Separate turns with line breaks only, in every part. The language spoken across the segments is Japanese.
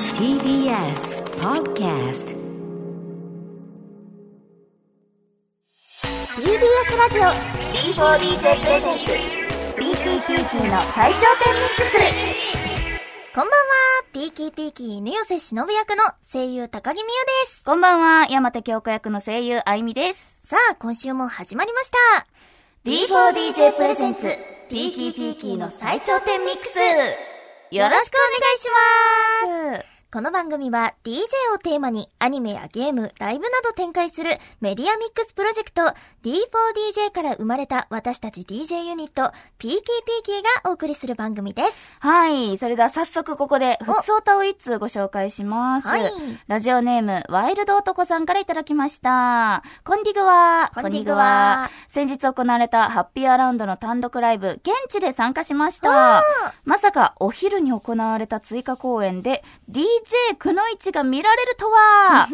TBS Podcast
TBS ラジオ B4DJ プレゼンツ PKPK の最頂点ミックスこんばんは PKPK 犬寄せ忍役の声優高木美優です
こんばんは、山手京子役の声優、あいみです。
さあ今週も始まりました
D4DJ
プレゼンツ PKPK の最頂点ミックス
よろしくお願いします。
この番組は DJ をテーマにアニメやゲーム、ライブなど展開するメディアミックスプロジェクト D4DJ から生まれた私たち DJ ユニット PKPK がお送りする番組です。
はい。それでは早速ここで、ふつおたを一通ご紹介します。
はい
ラジオネーム、ワイルド男さんからいただきました。こんにぐわ
こんにぐわ
先日行われたハッピーアラウンドの単独ライブ、現地で参加しました。まさかお昼に行われた追加公演で、DJ くのいちが見られると は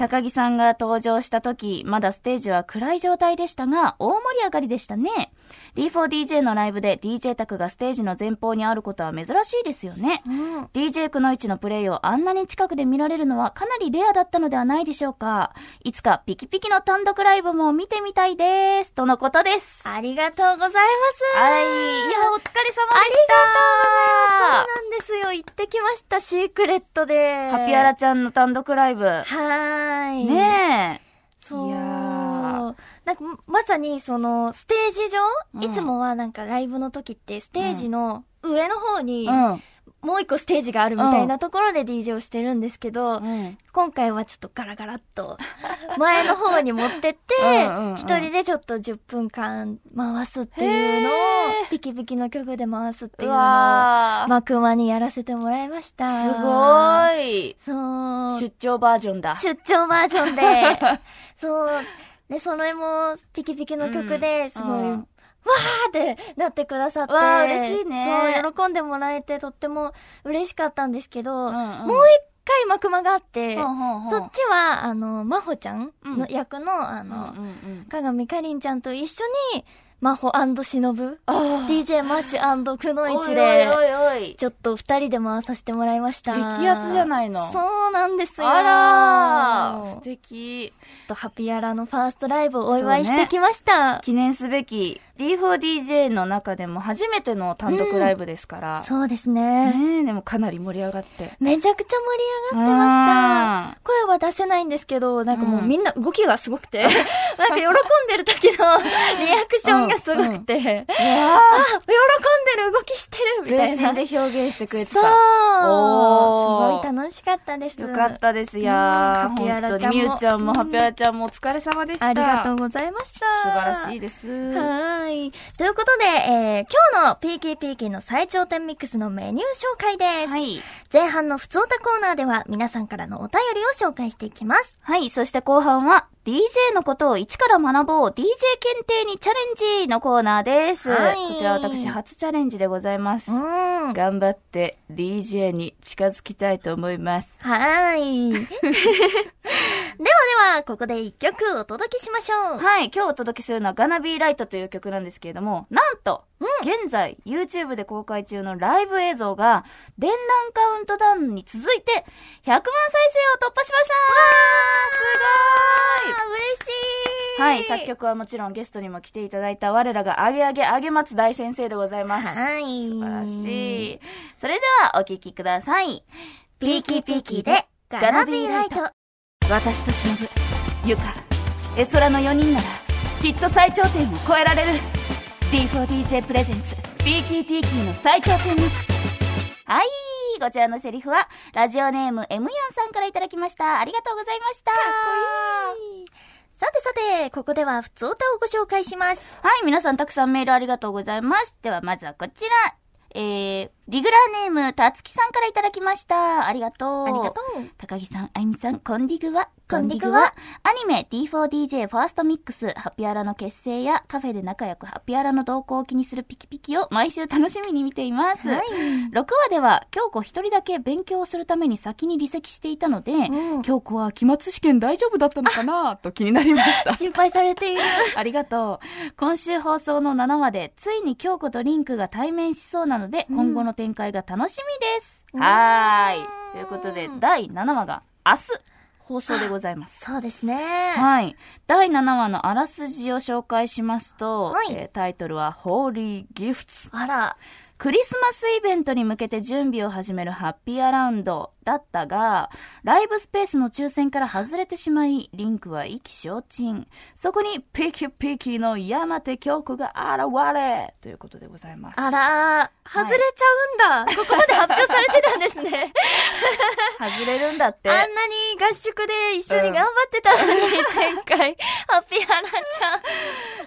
高木さんが登場した時、まだステージは暗い状態でしたが、大盛り上がりでしたね。D4DJ のライブで DJ 卓がステージの前方にあることは珍しいですよね。
うん。
DJ くのいちのプレイをあんなに近くで見られるのはかなりレアだったのではないでしょうか。いつかピキピキの単独ライブも見てみたいです。とのことです。はい。
ありがとうございます。
いや、お疲れ様でした。
そうなんですよ。行ってきました、シークレットで。
ハピアラちゃんの単独ライブ。
はーい。
ねえ。
そう。
いやー
なんか、まさに、その、ステージ上、
うん
いつもはなんかライブの時って、ステージの上の方に、
うん。
もう一個ステージがあるみたいなところで DJ をしてるんですけど、
うん
今回はちょっとガラガラっと、前の方に持ってって
うんうんうん、
一人でちょっと10分間回すっていうのを
へー、
ピキピキの曲で回すっていう
う
のを、
わー。
マクマにやらせてもらいました。
すごい。
そう。
出張バージョンだ。
出張バージョンで、 そう、で、それも、ピキピキの曲で、すごい、
うん
わーってなってくださって、
わー嬉しいね
そう、喜んでもらえて、とっても嬉しかったんですけど、もう
も
一回マクマがあって、そっちは、あの、マホちゃんの役の、あの、かがみかりんちゃんと一緒に、マホしのぶ、DJ マッシュくのいちで、
おいおいおい。
ちょっと二人で回させてもらいました。
激アツじゃないの
そうなんですよ。
あら
ち
ー
ょ
素敵。
っとハピアラのファーストライブをお祝いしてきました。
記念すべき D4DJ の中でも初めての単独ライブですから。
そうですね。
ねえ、でもかなり盛り上がって。
めちゃくちゃ盛り上がってまし
し
た。
た。
声は出せないんですけど、なんかもううんみんな動きがすごく て、なんか喜んでる時のリアクションがすごくて、
いや
あ、喜んでる動きしてる
ー
みたいな。
全身で表現してくれて
そう
た。
す
おー
ごい楽しかったです。
よかったです。いや
うん
ー、
ハピアラ
本
ち
当
ゃん
に
も
みゆちゃんもハピアラちゃんもお疲れ様でした。
ありがとう
う。
ございました。
素晴らしいです。
はーい。ということで、えー、今日の PKPK の最頂点ミックスのメニュー紹介です。
はい。
前半のふつおたコーナーでは皆さんからのお便りを紹介していきます。
はい。そして後半は、DJ のことを一から学ぼう DJ 検定にチャレンジのコーナーです。
はい
こちら私初チャレンジでございます
う。ーん。は
頑張って DJ に近づきたいと思います。
ーい。ではでは、ここで一曲お届けしましょう。
はい。今日お届けするのは Gonna Be Light という曲なんですけれども、なんと、現在 YouTube で公開中のライブ映像が、電覧カウントダウンに続いて100万再生を突破しましたすごーい
あー
は
嬉
い、
しい。
作。曲はもちろんゲストにも来ていただいた我らがあげあげあげ松大先生でございます。
はい。
素晴らしい。それではお聴きください。
ピーキーピーキーで、ガラビーライト。
私と忍ぶ、ゆか、エソラの4人なら、きっと最頂点を超えられる。D4DJ プレゼンツ、ピーキーピーキーの最頂点ミックス。はい、こちらのセリフは、ラジオネーム M やんさんからいただきました。ありがとうございました。
さてさて、ここではふつおたをご紹介します。
はい、皆さんたくさんメールありがとうございます。では、まずはこちら。えー、ディグラーネーム、たつきさんからいただきました。ありがとう。
ありがとう。
高木さん、あゆみさん、こんディグは
こんディグは
アニメ D4DJ ファーストミックス、ハピアラの結成やカフェで仲良くハピアラの動向を気にするピキピキを毎週楽しみに見ています。
はい
6話では、京子一人だけ勉強をするために先に離席していたので、
ん
京子は期末試験大丈夫だったのかなと気になりま した。
心配され ている。
ありがとう。今週放送の7話で、ついに京子とリンクが対面しそうなので、今後の展開が楽しみです。
うん
はーい。ということで、第7話が明日放送でございます。
そうですね。
はい。第7話のあらすじを紹介しますと、
はい
えータイトルは、ホーリーギフツ。
あら。
クリスマスイベントに向けて準備を始めるハッピーアラウンドだったが、ライブスペースの抽選から外れてしまい、リンクは意気消沈。そこに、ピキピキの山手京子が現れということでございます。
あらー、外れちゃうんだ。ここまで発表されてたんですね。
外れるんだって。
あんなに合宿で一緒に頑張ってたのに、前 回、ハッピーアラ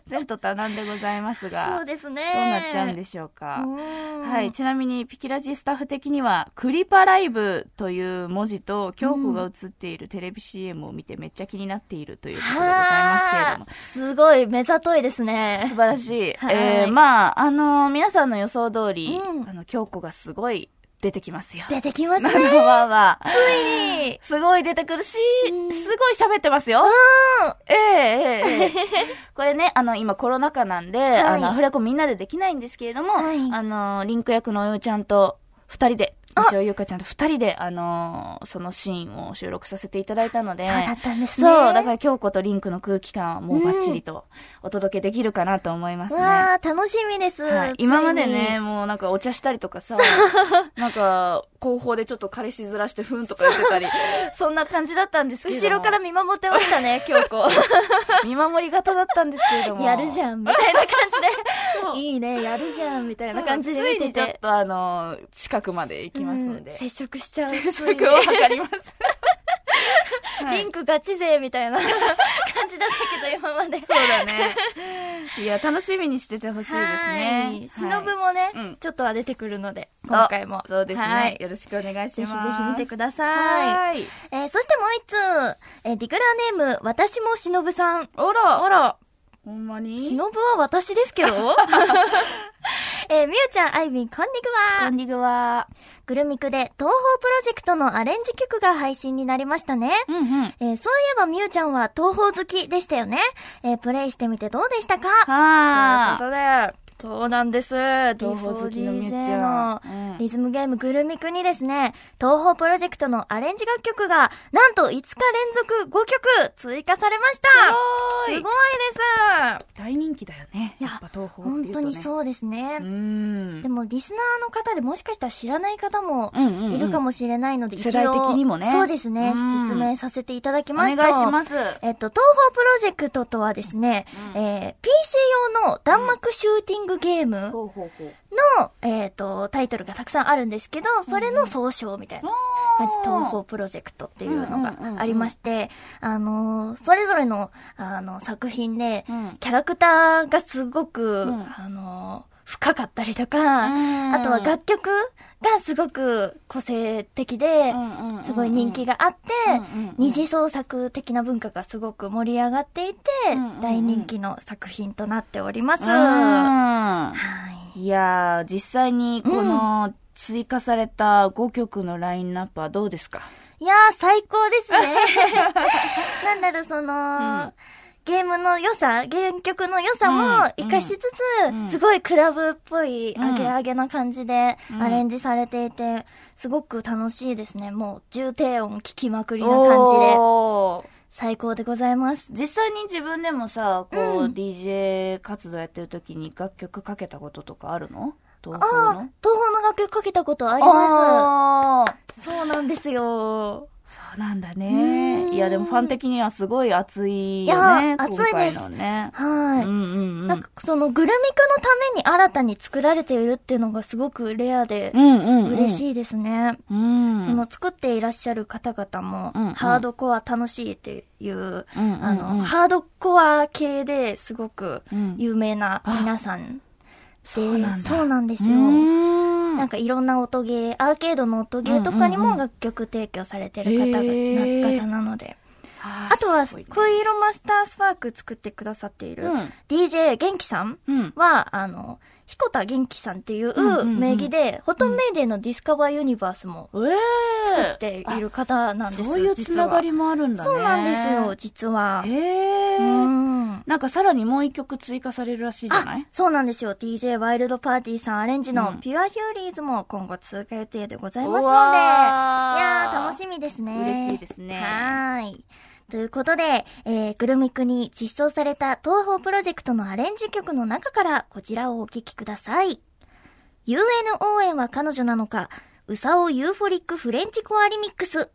前途多難でございます
ちゃん。そ
が
う、ですね。
どうなっちゃうんで
し
しょう
ょ
か。
う
は
ん
い、ちなみにピキラジスタッフ的には「クリパライブ」という文字と京子が映っているテレビ CM を見てめっちゃ気になっているということでございますけれども
はーすごい、目ざといですね
素。晴らしい、
はい
えーまああのー皆さんの予想通り、
うん
あの京子がすごい出てきますよ。
出てきま す
あ
ね。
のわーわー
ついに。
すごい出てくるし、
うん
すごい喋ってますよ。えええええ えこれね、あの、今コロナ禍なんで、
い
あの、アフレコみんなでできないんですけれども、
はい
あの、リンク役のおゆちゃんと二人で、西尾ゆうかちゃんと二人で、あの、そのシーンを収録させていただいたので、
そうだったんですね。
そうだから京子とリンクの空気感はもうバッチリとお届けできるかなと思いますね。
わー、楽しみです。
はい、
ついに
今までね、、もうなんかお茶したりとかさ、なんか後方でちょっと彼氏ずらしてふんとか言ってたり、そんな感じだったんですけれども。
後ろから見守ってました ね、京子。
見守り型だったんですけれども。
やるじゃん、みたいな感じ
そう
で。いいね、やるじゃん、みた
み
いな感じで見
つい
て。
にちょってとあの、近くまで行きますので
うん。接触しちゃう。
接触を図ります。
リンクガチ勢みたいな感じだったけど、今まで。
そうだね。いや、楽しみにしててほしいです
は
ね
い。しのぶもね、
うん
ちょっとは出てくるので、今回も。
そうです
は
ね。
い
よろしくお願いし
ぜひぜ
ます。
ひ見てく
だ
ださい。
い。
えーそしてもう一つ、えーディグラーネーム、私もしのぶさん。
おら、
あら、
ほんま
し
に
のぶは私ですけど えーみゆちゃん、あいみん、こんにちは
ンディグは。
グルミクで東宝プロジェクトのアレンジ曲が配信になりましたね。
うんうん。
えーそういえばみゆちゃんは東宝好きでしたよね。えープレイしてみてどうでしたか
はー。
ということで、そうなんです。
東宝好きのみゆちゃん
D4DJ の
うん
リズムゲームグルミクにですね、東宝プロジェクトのアレンジ楽曲が、なんと5日連続5曲追加されました
すごい
すごいです
大人気だよね。
いや
やっぱ東宝って
本
いう
当
とね。
に
う。
そうですね。
ん。
でも、リスナーの方でもしかしたら知らない方も
うんうんうん
いるかもしれないので、
世代的にもね
そうですね、
うん
説明させていただき
お
ま
願
す
い
と。
します。
えっと、東方プロジェクトとはですね、
うん
えー PC 用の弾幕シューティングゲームの、
ほうほうほう。
えっと、タイトルがたくさんあるんですけど、それの総称みたいな感じ、東方プロジェクトっていうの
うんうんうんうん
がありまして、あのーそれぞれの、あの、作品で
うん、
キャラクターがすごく、
うん
あのー深かったりとか、
うん
あとは楽曲がすごく個性的で、すごい人気
が
があって、
うんうんうん
二次創作的な文化がすごく盛り上がっていて、
うんうんうん
大人気の作品となっております。は
う
い。
ん。いやー、実際にこの追加された5曲のラインナップはどうですか
いやー、最高で すね。なんだろう、その、
うん
ゲームの良さ、原曲の良さも
うん
活かしつつ、
うん
すごいクラブっぽい、
うん
アゲアゲな感じで
うん
アレンジされていて、すごく楽しいですね。もう、重低音聞きまくりな感じで、
おー
最高でございます。
実際に自分でもさ、こう、
うん
DJ 活動やってる時に楽曲かけたこととかあるの東
ああ
宝
ー
の、
東方の楽曲かけたことあります。
あります。
そうなんですよ。
そうなんだ
う
ね。
ん
いや、でもファン的にはすごい熱いよ
い
ね。
や熱いです
今回のね。
は
う
い。
んうんうん。
なんか、その、グルミクのために新たに作られているっていうのがすごくレアで
う、んうんうん。
嬉
い。
しいですね。
うん。
その、作っていらっしゃる方々も
うんうん、
ハードコア楽しいっていう、
うんうんうん、
あの、ハードコア系ですごく
うん
有名な皆さん
そ
で、
うなんだ。
そうなんですよ。
な
なん
か
かいろんな音ゲー、アーケードの音ゲーとかにも楽曲提供されてる方が、
うんうんうんへー
な方なので。
あ
あとは、
すごいね
恋色マスタースパーク作ってくださっている、
うん
DJ 元気さん
うん。
は、あの、彦田元気さんってい
んう
うん
うん
名義で、ホトメイデーのディスカバーユニバースも
ええ
作っている方なんですよ、
そういうつ
実
な
は
がりもあるんだね。
そうなんですよ、実は。
へえ
うん
なんかさらにもう一曲追加されるらしいじゃな
あ
い、
そうなんですよ。DJ ワイルドパーティーさんアレンジ
う
の
ん
ピュアヒューリーズも今後通過予定でございますので、
う
い
わー
やー、楽しみですね。
嬉しいですね
はーい。ということで、えー、グルミクに実装された東宝プロジェクトのアレンジ曲の中からこちらをお聴きください。UN 応援は彼女なのか、うさおユーフォリックフレンチコアリミックス。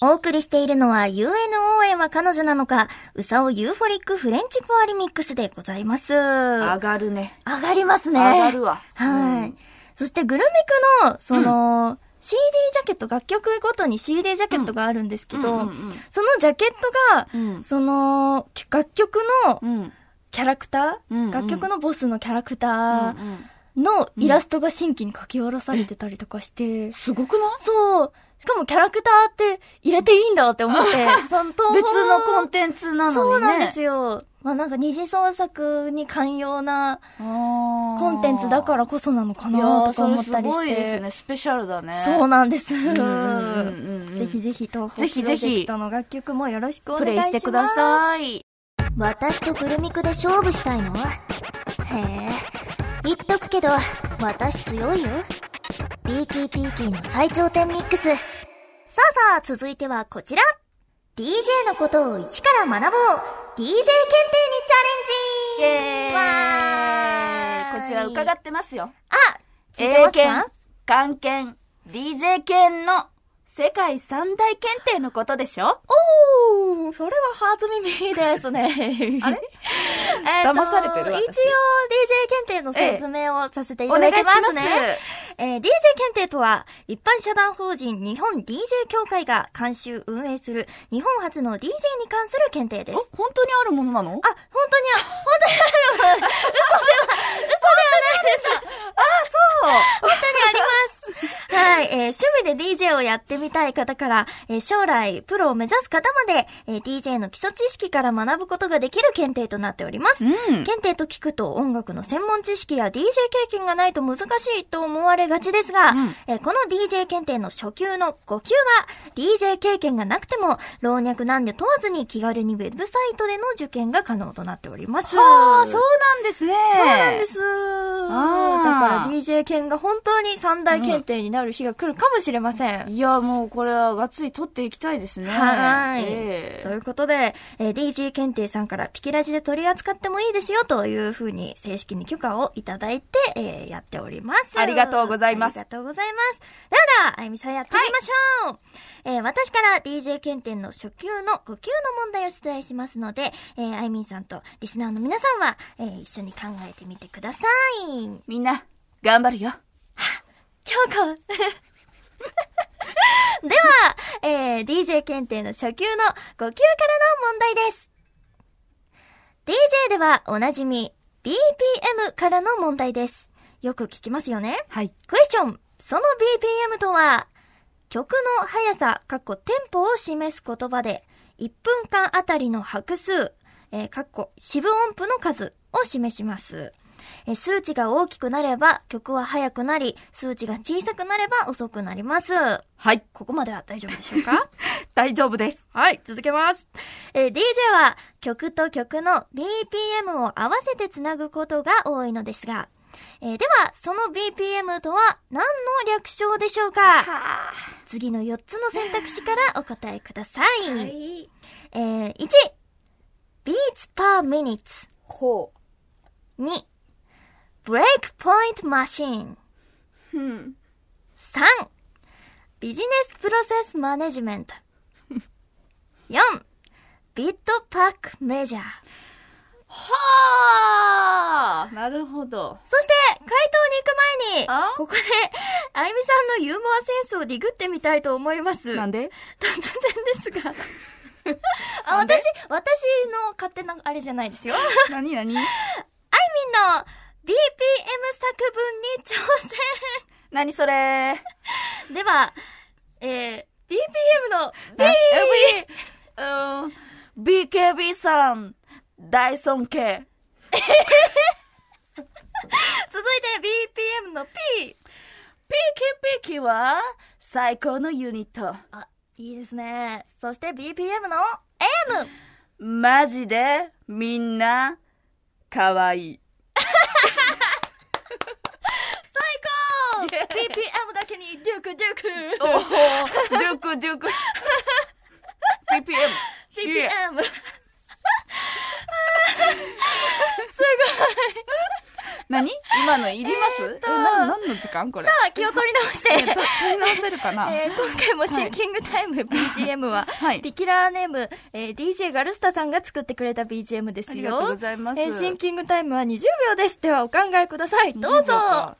お送りしているのは UN 応援は彼女なのか、うさおユーフォリックフレンチコアリミックスでございます。
上
上
がるね。
がりますね。
上がるわ。
はい。
うん
そしてグルメクの、その、CD ジャケット、楽曲ごとに CD ジャケットがあるんですけど、
うんうん
そのジャケットが、
うん
その、楽曲の
うん。うん
キャラクター、
うんうん
楽曲のボスのキャラクタ
うんうん
ーのイラストが新規に書き下ろされてたりとかして、
すごくない
そう、しかもキャラクターって入れていいんだって思って、その
別のコン
テ
テンツなのにね。
そうなんですよ。まあなんか二次創作に寛容なコ
コ
ンテンツだからこそなのか
いや
な
ー
とか
そ
思
れ
っ
す
たり
ごい
し
です
て。
ね。スペシャルだね。
そうなんです。
うんうんうんうん
ぜひぜひ東
ぜ
宝
ひ
プ
ぜ
ロ
ひ
ジェクトの楽曲もよろしくお
プ
願い
レ
し
イ
ます。
してください。
私とグルミクで勝負したいのへえ言っとくけど私強いよピーキーピーキーの最頂点ミックスさあさあ続いてはこちら DJ のことを一から学ぼう DJ 検定にチ
イエーイ
わーい
こちら伺ってますよ。
ャレンジ聞いてます
A
か
検、漢検、DJ 検の世界三大検定のことでしょ
おーそれは初耳です ね。
あれ
えーと
騙されてる私
一応 DJ 検定の説明をさせてい
お
た
願
だ
い
き
し
ます
ま
ね。
す。
えー DJ 検定とは、一般社団法人日本 DJ 協会が監修運営する日本初の DJ に関する検定です。
お本当にあるものなの
あ、本当にあ、本当にある嘘では、嘘ではないです。あ、そう。本当にあります。はい、えー趣味で DJ をやってみたい方から、えー将来プロを目指す方まで、えー DJ の基礎知識から学ぶことができる検定となっております。
うん。
検定と聞くと音楽の専門知識や DJ 経験がないと難しいと思われがちですが、
うん
えーこの DJ 検定の初級の5級は DJ 経験がなくても老若男女問わずに気軽にウェブサイトでの受験が可能となっております。
はあ、そうなんですね。
そうなんです。だ
あー
から DJ 犬が本当に三大検定になる日が来るかもしれません。
いや、もうこれはがっつり取っていきたいですね。
はい
え
ということで、えー DJ 検定さんからピキラジで取り扱ってもいいですよというふうに正式に許可をいただいて、えーやっております。
ありがとうございます
ありがとうございます。ではでは、あゆみさんやってみましょう、えー私から DJ 検定の初級の5級の問題を出題しますので、えーあゆみんさんとリスナーの皆さんは、えー一緒に考えてみてください。
みんな、頑張るよ。
強化 では、えー DJ 検定の初級の5級からの問題です。DJ ではおなじみ BPM からの問題です。よく聞きますよね。
はい。
クエスチョン、その BPM とは、曲の速さ、かっこテンポを示す言葉で、1分間あたりの拍数、えー、かっこ四分音符の数を示します。えー数値が大きくなれば曲は速くなり、数値が小さくなれば遅くなります。
はい。
ここまでは大丈夫でしょうか
大丈夫です。
はい、続けます。えー DJ は曲と曲の BPM を合わせてつなぐことが多いのですが、えーでは、その BPM とは何の略称でしょうか
は
次の4つの選択肢からお答えください。
い。
えー、1、beats per minute。
ほ
2、break point machine。
う。うん。
3ビジネスプロセスマネジメ ント4ビットパックメジャー
はあ。なるほど。
そして回答に行く前
あ
にここであゆみさんのユーモアセンスをディグってみたいと思います
なんで
突然 ですがあ
なんで
私私の勝手なあれじゃないですよみん
なになに
な BPM 作文に挑戦
なにそれ
では、えー、
BPM の B!
BKB さん、大尊敬。
続いて BPM の P!
ピーキーピーキーは、最高のユニット。
あ、いいですね。そして BPM の M!
マジで、みんな、かわいい。
最高 !BPM だけにデュークデューク
おお、デュクデュク。BPM。
BPM! あーす
何今のいります、えな何の時間こ
ごい
れ
さ。あ、気を取り直して、
えっと、取り直せるかな、
えー今回もシンキングタイム BGM は、
はい
リキラーネーム、えー DJ ガルスタさんが作ってくれた BGM ですよ。
ありがとうございます
えーシンキングタイムは20秒です。ではお考えください。どうぞ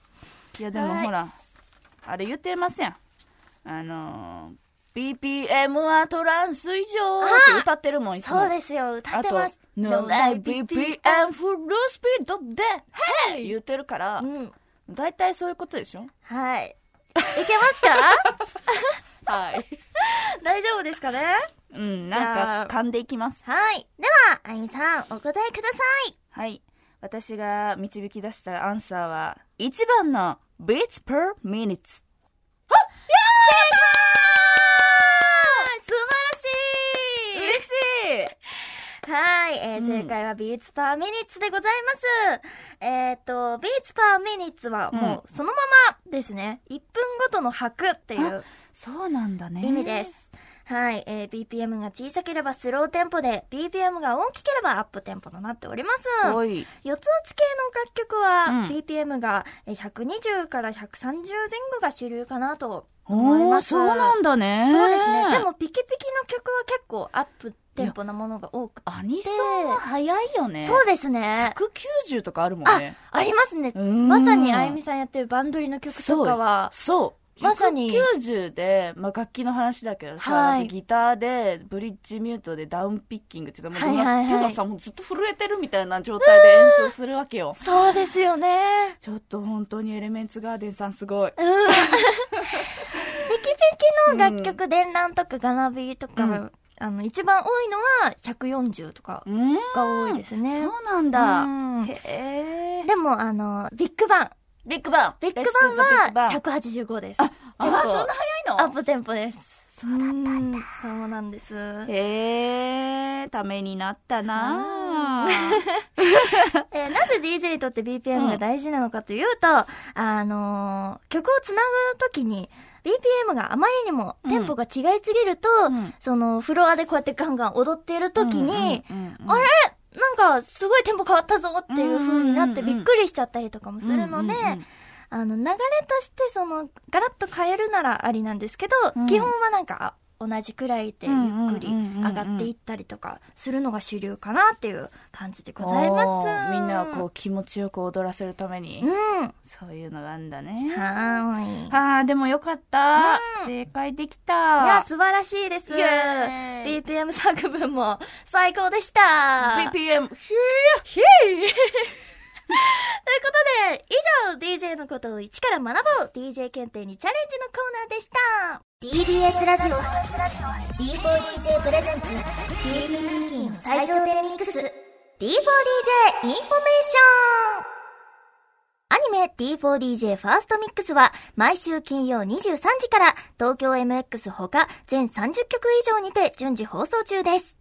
いやでもほら、あれ言ってますやんあのー、BPM はトランス以上って歌ってるもんいつも
そうですよ、歌
あ
って
と
ます。
「No Light BPM フルスピードで Hey!」言ってるから
うん。
大体そういうことでしょ
はい。いけますか
はい
大丈夫ですかね
うんなん
じ
か噛んでいきます
はい。では、あゆみさん、お答えください。
はい私が導き出したアンサーは1番の Beats per minutes
素晴らしい
嬉しい
はい、えー
うん
正解はビーツパーミニッツでございます。えっ、と、ビーツパーミニッツはもうそのままですね、1分ごとの拍っていう
そうなんだね
意味です。はい、えー BPM が小さければスローテンポで、BPM が大きければアップテンポとなっております。
おい
四つ打ち系の楽曲は、
うん
BPM がえー120から130前後が主流かなと思い
お
ま
ー
す。
そうなんだね
そうですね。でも、ピキピキの曲は結構アップテンポなものが多く
アニソンは早いよね
そうですね。
190とかあるもんね
ありますね。
うん
まさにあゆみさんやってるバンドリの曲とかは、
そう
まさに
190で、まあ、楽器の話だけどさ、
はい
ギターでブリッジミュートでダウンピッキングって言ってもう、
はいはいはい
手がさもうずっと震えてるみたいな状態で演奏するわけよ
そうですよね。
ちょっと本当にエレメンツガーデンさんすごい
ピキピキの楽曲、伝覧とかガナビとか、
うん
あの、一番多いのは140とか
うん
が多いですね。
そうなん
う
だ
ん
へえ
でも、あの、ビッグバン。
ビッグバン
ビッグ
レッ
バ
ツ
ン
ザ
は
ビッグバン
185です。
あ
結構
ーそんな
ア
早い
ップテンポです。そうだったんだ。そうなんです。
のへえためになったなあ
えーなぜ DJ にとって BPM が大事なのかというと、あのー曲をつなぐときに、BPM があまりにもテンポが違いすぎると、
うん
そのフロアでこうやってガンガン踊っているときに、
うんうんうんうん
あれなんかすごいテンポ変わったぞっていう風になって
うんうんうん
びっくりしちゃったりとかもするので、
うんうんうん
あの流れとしてそのガラッと変えるならありなんですけど、
うん
基本はなんかあ同じくらいでゆっくり
うんうんうんうんうん
上がっていったりとかするのが主流かなっていう感じでござい
お
ます。
ーみんなをこう気持ちよく踊らせるために、
うん。は
そういうのがあんだね
ーい。
あーでもよかった、
うん
正解でき
いや
た、
素晴らしいです。
イエーイ
BPM 作文も最高でした。
BPM ひ
ひーということで、以上、DJ のことを一から学ぼう !DJ 検定にチャレンジのコーナーでした
TBS ラジオ D4DJ プレゼンツ DDD の最頂点ミックス D4DJ インフォメーション
アニメ D4DJ ファーストミックスは毎週金曜23時から東京 MX ほか全30曲以上にて順次放送中です。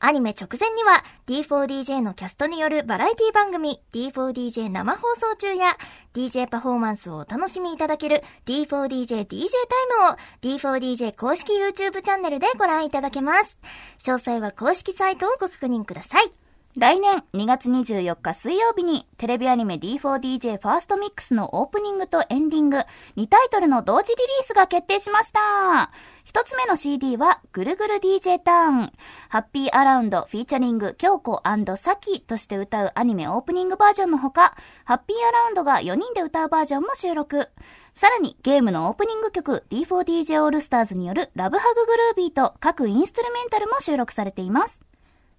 アニメ直前には D4DJ のキャストによるバラエティ番組 D4DJ 生放送中や DJ パフォーマンスをお楽しみいただける D4DJ DJ タイムを D4DJ 公式 YouTube チャンネルでご覧いただけます。詳細は公式サイトをご確認ください。
来年2月24日水曜日にテレビアニメ D4DJ ファーストミックスのオープニングとエンディング2タイトルの同時リリースが決定しました一つ目の CD はぐるぐる DJ ターンハッピーアラウンドフィーチャリング京子サキとして歌うアニメオープニングバージョンのほかハッピーアラウンドが4人で歌うバージョンも収録さらにゲームのオープニング曲 D4DJ オールスターズによるラブハググルービーと各インストゥルメンタルも収録されています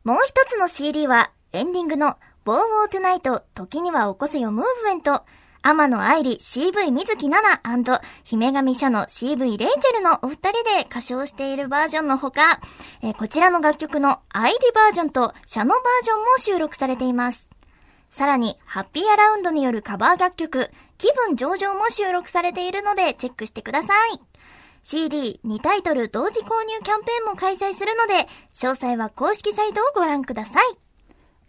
もう一つの CD は、エンディングの、ボーウォートゥナイト、時には起こせよムーブメント、天野愛理 CV 水木奈々姫神社の CV レイチェルのお二人で歌唱しているバージョンのほか、えーこちらの楽曲の愛理バージョンとシャノバージョンも収録されています。さらに、ハッピーアラウンドによるカバー楽曲、気分上々も収録されているのでチェックしてください。CD2 タイトル同時購入キャンペーンも開催するので、詳細は公式サイトをご覧ください。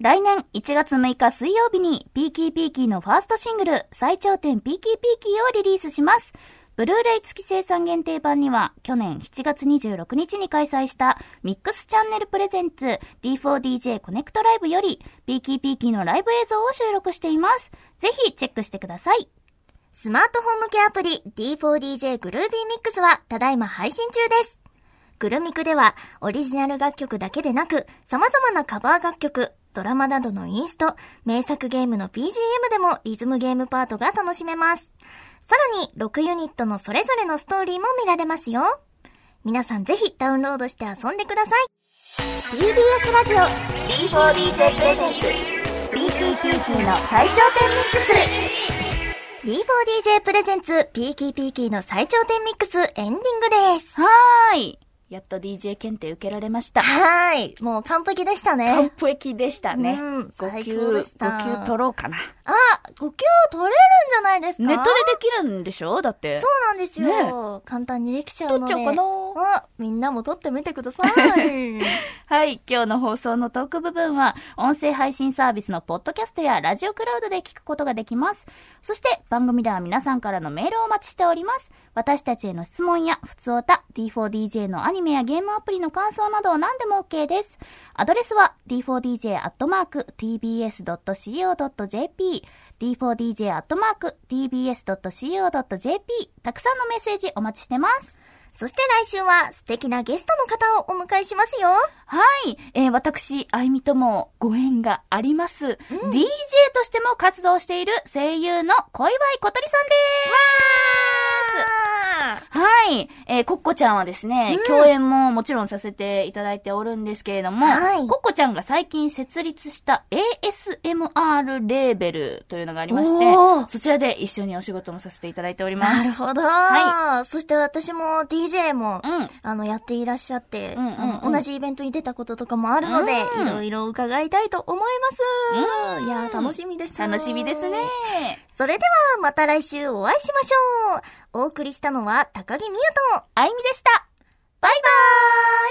来年1月6日水曜日にピーキーピーキーのファーストシングル最頂点ピーキーピーキーをリリースします。ブルーレイ付き生産限定版には去年7月26日に開催したミックスチャンネルプレゼンツ D4DJ コネクトライブよりピーキーピーキーのライブ映像を収録しています。ぜひチェックしてください。
スマートフォン向けアプリ D4DJ グルービーミックスはただいま配信中です。グルミクではオリジナル楽曲だけでなく様々なカバー楽曲、ドラマなどのインスト、名作ゲームの BGM でもリズムゲームパートが楽しめます。さらに6ユニットのそれぞれのストーリーも見られますよ。皆さんぜひダウンロードして遊んでください。
TBS ラジオ D4DJ プレゼンツ BTPT の最頂点ミックス
D4DJ プレゼンツピーキーピーキーの最頂点ミックスエンディングです。
はーい。やっと DJ 検定受けられました。
はーい。もう完璧でしたね。
完璧でしたね。
うん
5
最
級、
高でした
5級取ろうかな。
あ、5級取れるんじゃないですか
ネットでできるんでしょだって。
そうなんですよ、簡単にできちゃうので。
取っちゃおうか
あ、みんなも取ってみてく ださい。
はい。今日の放送のトーク部分は、音声配信サービスのポッドキャストやラジオクラウドで聞くことができます。そして、番組では皆さんからのメールをお待ちしております。私たちへの質問や、ふつおた、D4DJ のアニメやゲームアプリの感想など何でも OK です。アドレスは、d4dj.tbs.co.jp、d4dj.tbs.co.jp、たくさんのメッセージお待ちしてます。
そして来週は素敵なゲストの方をお迎えしますよ。
はい。えー私、あいみともご縁があります、DJ としても活動している声優の小岩井小鳥さんです。はい。えー、コッコちゃんはですね、共演ももちろんさせていただいておるんですけれども、
はい
コッコちゃんが最近設立した ASMR レーベルというのがありまし
おー
て、そちらで一緒にお仕事もさせていただいております。
なるほど、
は
そして私も DJ も、
うん。
あの、やっていらっしゃって、
うんうんうん
あの同じイベントに出たこととかもあるので、
うん
いろいろ伺いたいと思いま
う
す。
ん
いやー、楽しみです。
楽しみですね。
それでは、また来週お会いしましょう。お送りしたのは、高木美優と、
あいみでした。
バイバーイ